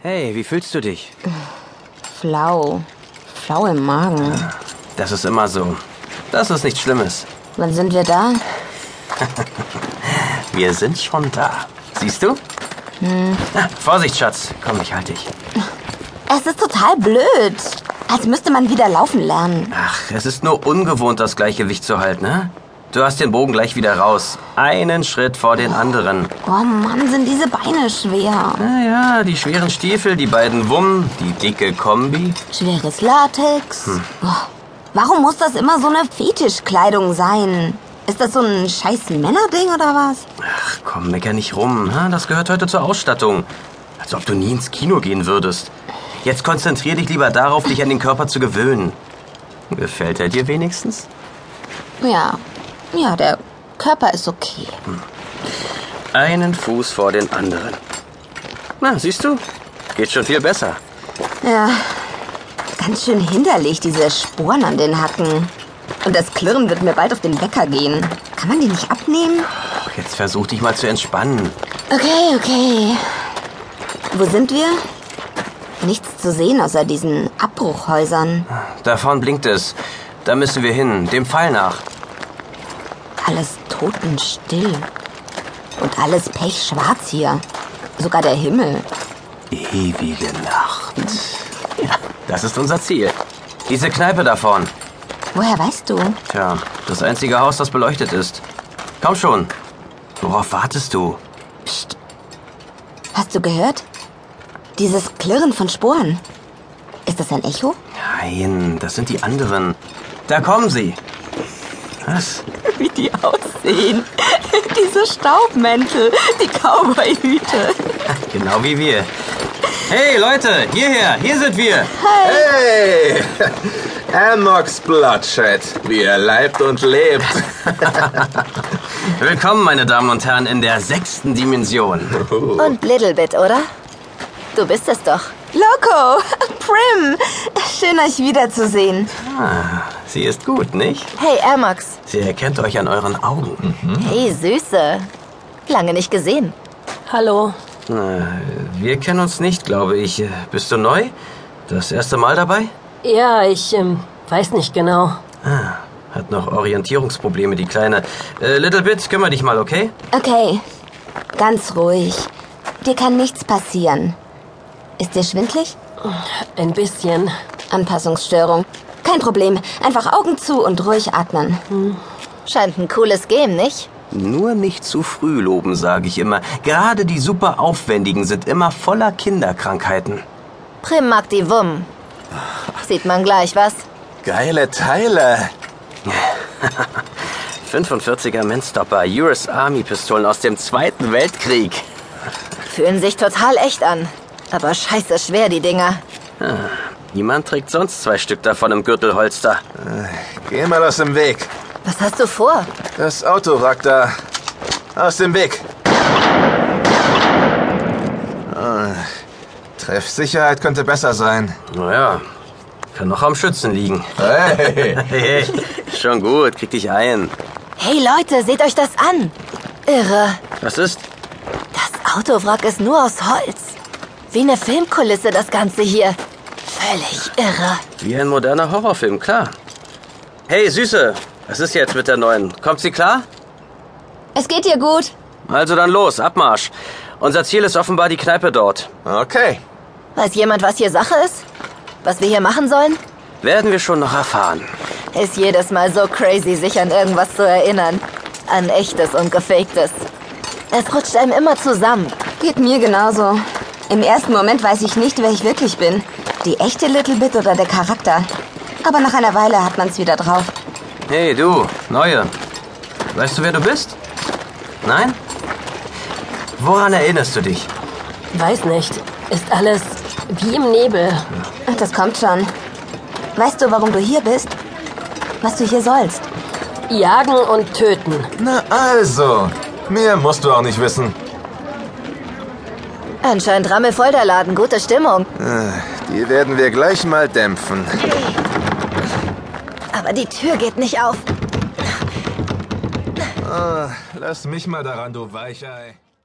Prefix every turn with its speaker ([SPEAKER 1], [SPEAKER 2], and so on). [SPEAKER 1] Hey, wie fühlst du dich?
[SPEAKER 2] Flau. Flau im Magen.
[SPEAKER 1] Das ist immer so. Das ist nichts Schlimmes.
[SPEAKER 2] Wann sind wir da?
[SPEAKER 1] Wir sind schon da. Siehst du? Ah, Vorsicht, Schatz. Komm, ich halte dich.
[SPEAKER 2] Es ist total blöd. Als müsste man wieder laufen lernen.
[SPEAKER 1] Ach, es ist nur ungewohnt, das Gleichgewicht zu halten, ne? Du hast den Bogen gleich wieder raus. Einen Schritt vor den anderen.
[SPEAKER 2] Oh Mann, sind diese Beine schwer.
[SPEAKER 1] Naja, die schweren Stiefel, die beiden Wumm, die dicke Kombi.
[SPEAKER 2] Schweres Latex. Oh, warum muss das immer so eine Fetischkleidung sein? Ist das so ein scheiß Männerding oder was?
[SPEAKER 1] Ach komm, mecker nicht rum. Ha? Das gehört heute zur Ausstattung. Als ob du nie ins Kino gehen würdest. Jetzt konzentrier dich lieber darauf, dich an den Körper zu gewöhnen. Gefällt er dir wenigstens?
[SPEAKER 2] Ja, ja, der Körper ist okay.
[SPEAKER 1] Einen Fuß vor den anderen. Na, siehst du? Geht schon viel besser.
[SPEAKER 2] Ja, ganz schön hinderlich, diese Sporen an den Hacken. Und das Klirren wird mir bald auf den Wecker gehen. Kann man die nicht abnehmen?
[SPEAKER 1] Ach, Jetzt versuch dich mal zu entspannen.
[SPEAKER 2] Okay, okay. Wo sind wir? Nichts zu sehen außer diesen Abbruchhäusern.
[SPEAKER 1] Da vorn blinkt es. Da müssen wir hin, dem Pfeil nach.
[SPEAKER 2] Alles totenstill. Und alles pechschwarz hier. Sogar der Himmel.
[SPEAKER 1] Ewige Nacht. Ja, das ist unser Ziel. Diese Kneipe da vorn.
[SPEAKER 2] Woher weißt du?
[SPEAKER 1] Tja, das einzige Haus, das beleuchtet ist. Komm schon. Worauf wartest du?
[SPEAKER 2] Psst. Hast du gehört? Dieses Klirren von Sporen. Ist das ein Echo?
[SPEAKER 1] Nein, das sind die anderen. Da kommen sie. Was?
[SPEAKER 2] Wie die aussehen. Diese Staubmäntel, die Cowboyhüte.
[SPEAKER 1] Genau wie wir. Hey Leute, hierher, hier sind wir.
[SPEAKER 3] Hey! Amox Bloodshed, wie er leibt und lebt.
[SPEAKER 1] Willkommen, meine Damen und Herren, in der sechsten Dimension.
[SPEAKER 2] Und Little Bit, oder? Du bist es doch. Loco! Prim! Schön, euch wiederzusehen.
[SPEAKER 1] Ah, sie ist gut, nicht?
[SPEAKER 4] Hey, Amax.
[SPEAKER 1] Sie erkennt euch an euren Augen.
[SPEAKER 4] Hey, Süße. Lange nicht gesehen.
[SPEAKER 5] Hallo.
[SPEAKER 1] Äh, Wir kennen uns nicht, glaube ich. Äh, Bist du neu? Das erste Mal dabei?
[SPEAKER 5] Ja, ich ähm, weiß nicht genau.
[SPEAKER 1] Ah, hat noch Orientierungsprobleme, die Kleine. Äh, Little Bit, kümmere dich mal, okay?
[SPEAKER 2] Okay, ganz ruhig. Dir kann nichts passieren. Ist dir schwindlig?
[SPEAKER 5] Ein bisschen.
[SPEAKER 2] Anpassungsstörung. Kein Problem. Einfach Augen zu und ruhig atmen.
[SPEAKER 4] Scheint ein cooles Game, nicht?
[SPEAKER 1] Nur nicht zu früh loben, sage ich immer. Gerade die super aufwendigen sind immer voller Kinderkrankheiten.
[SPEAKER 4] Prim mag die Wumm. Sieht man gleich, was?
[SPEAKER 3] Geile Teile.
[SPEAKER 1] 45er Menstopper, US Army Pistolen aus dem Zweiten Weltkrieg.
[SPEAKER 4] Fühlen sich total echt an. Aber scheiße schwer, die Dinger.
[SPEAKER 1] Niemand trägt sonst zwei Stück davon im Gürtelholster.
[SPEAKER 3] Geh mal aus dem Weg.
[SPEAKER 4] Was hast du vor?
[SPEAKER 3] Das Auto ragt da. Aus dem Weg. Ah, Treffsicherheit könnte besser sein.
[SPEAKER 1] Naja, kann noch am Schützen liegen.
[SPEAKER 3] Hey.
[SPEAKER 1] Hey, hey, schon gut, krieg dich ein.
[SPEAKER 4] Hey, Leute, seht euch das an. Irre.
[SPEAKER 1] Was ist?
[SPEAKER 4] Das Autowrack ist nur aus Holz. Wie eine Filmkulisse, das Ganze hier. Völlig irre.
[SPEAKER 1] Wie ein moderner Horrorfilm, klar. Hey, Süße, was ist jetzt mit der neuen? Kommt sie klar?
[SPEAKER 2] Es geht dir gut.
[SPEAKER 1] Also dann los, Abmarsch. Unser Ziel ist offenbar die Kneipe dort.
[SPEAKER 3] Okay.
[SPEAKER 4] Weiß jemand, was hier Sache ist? Was wir hier machen sollen?
[SPEAKER 1] Werden wir schon noch erfahren.
[SPEAKER 4] Ist jedes Mal so crazy, sich an irgendwas zu erinnern. An echtes und gefaktes. Es rutscht einem immer zusammen.
[SPEAKER 2] Geht mir genauso. Im ersten Moment weiß ich nicht, wer ich wirklich bin. Die echte Little Bit oder der Charakter. Aber nach einer Weile hat man's wieder drauf.
[SPEAKER 1] Hey, du, Neue. Weißt du, wer du bist? Nein? Woran erinnerst du dich?
[SPEAKER 5] Weiß nicht. Ist alles wie im Nebel.
[SPEAKER 2] Ach, Das kommt schon. Weißt du, warum du hier bist? Was du hier sollst?
[SPEAKER 5] Jagen und töten.
[SPEAKER 3] Na also. Mehr musst du auch nicht wissen.
[SPEAKER 4] Anscheinend rammelvoll der Laden. Gute Stimmung.
[SPEAKER 3] Ah, Die werden wir gleich mal dämpfen.
[SPEAKER 4] Aber die Tür geht nicht auf.
[SPEAKER 3] Lass mich mal daran, du Weichei.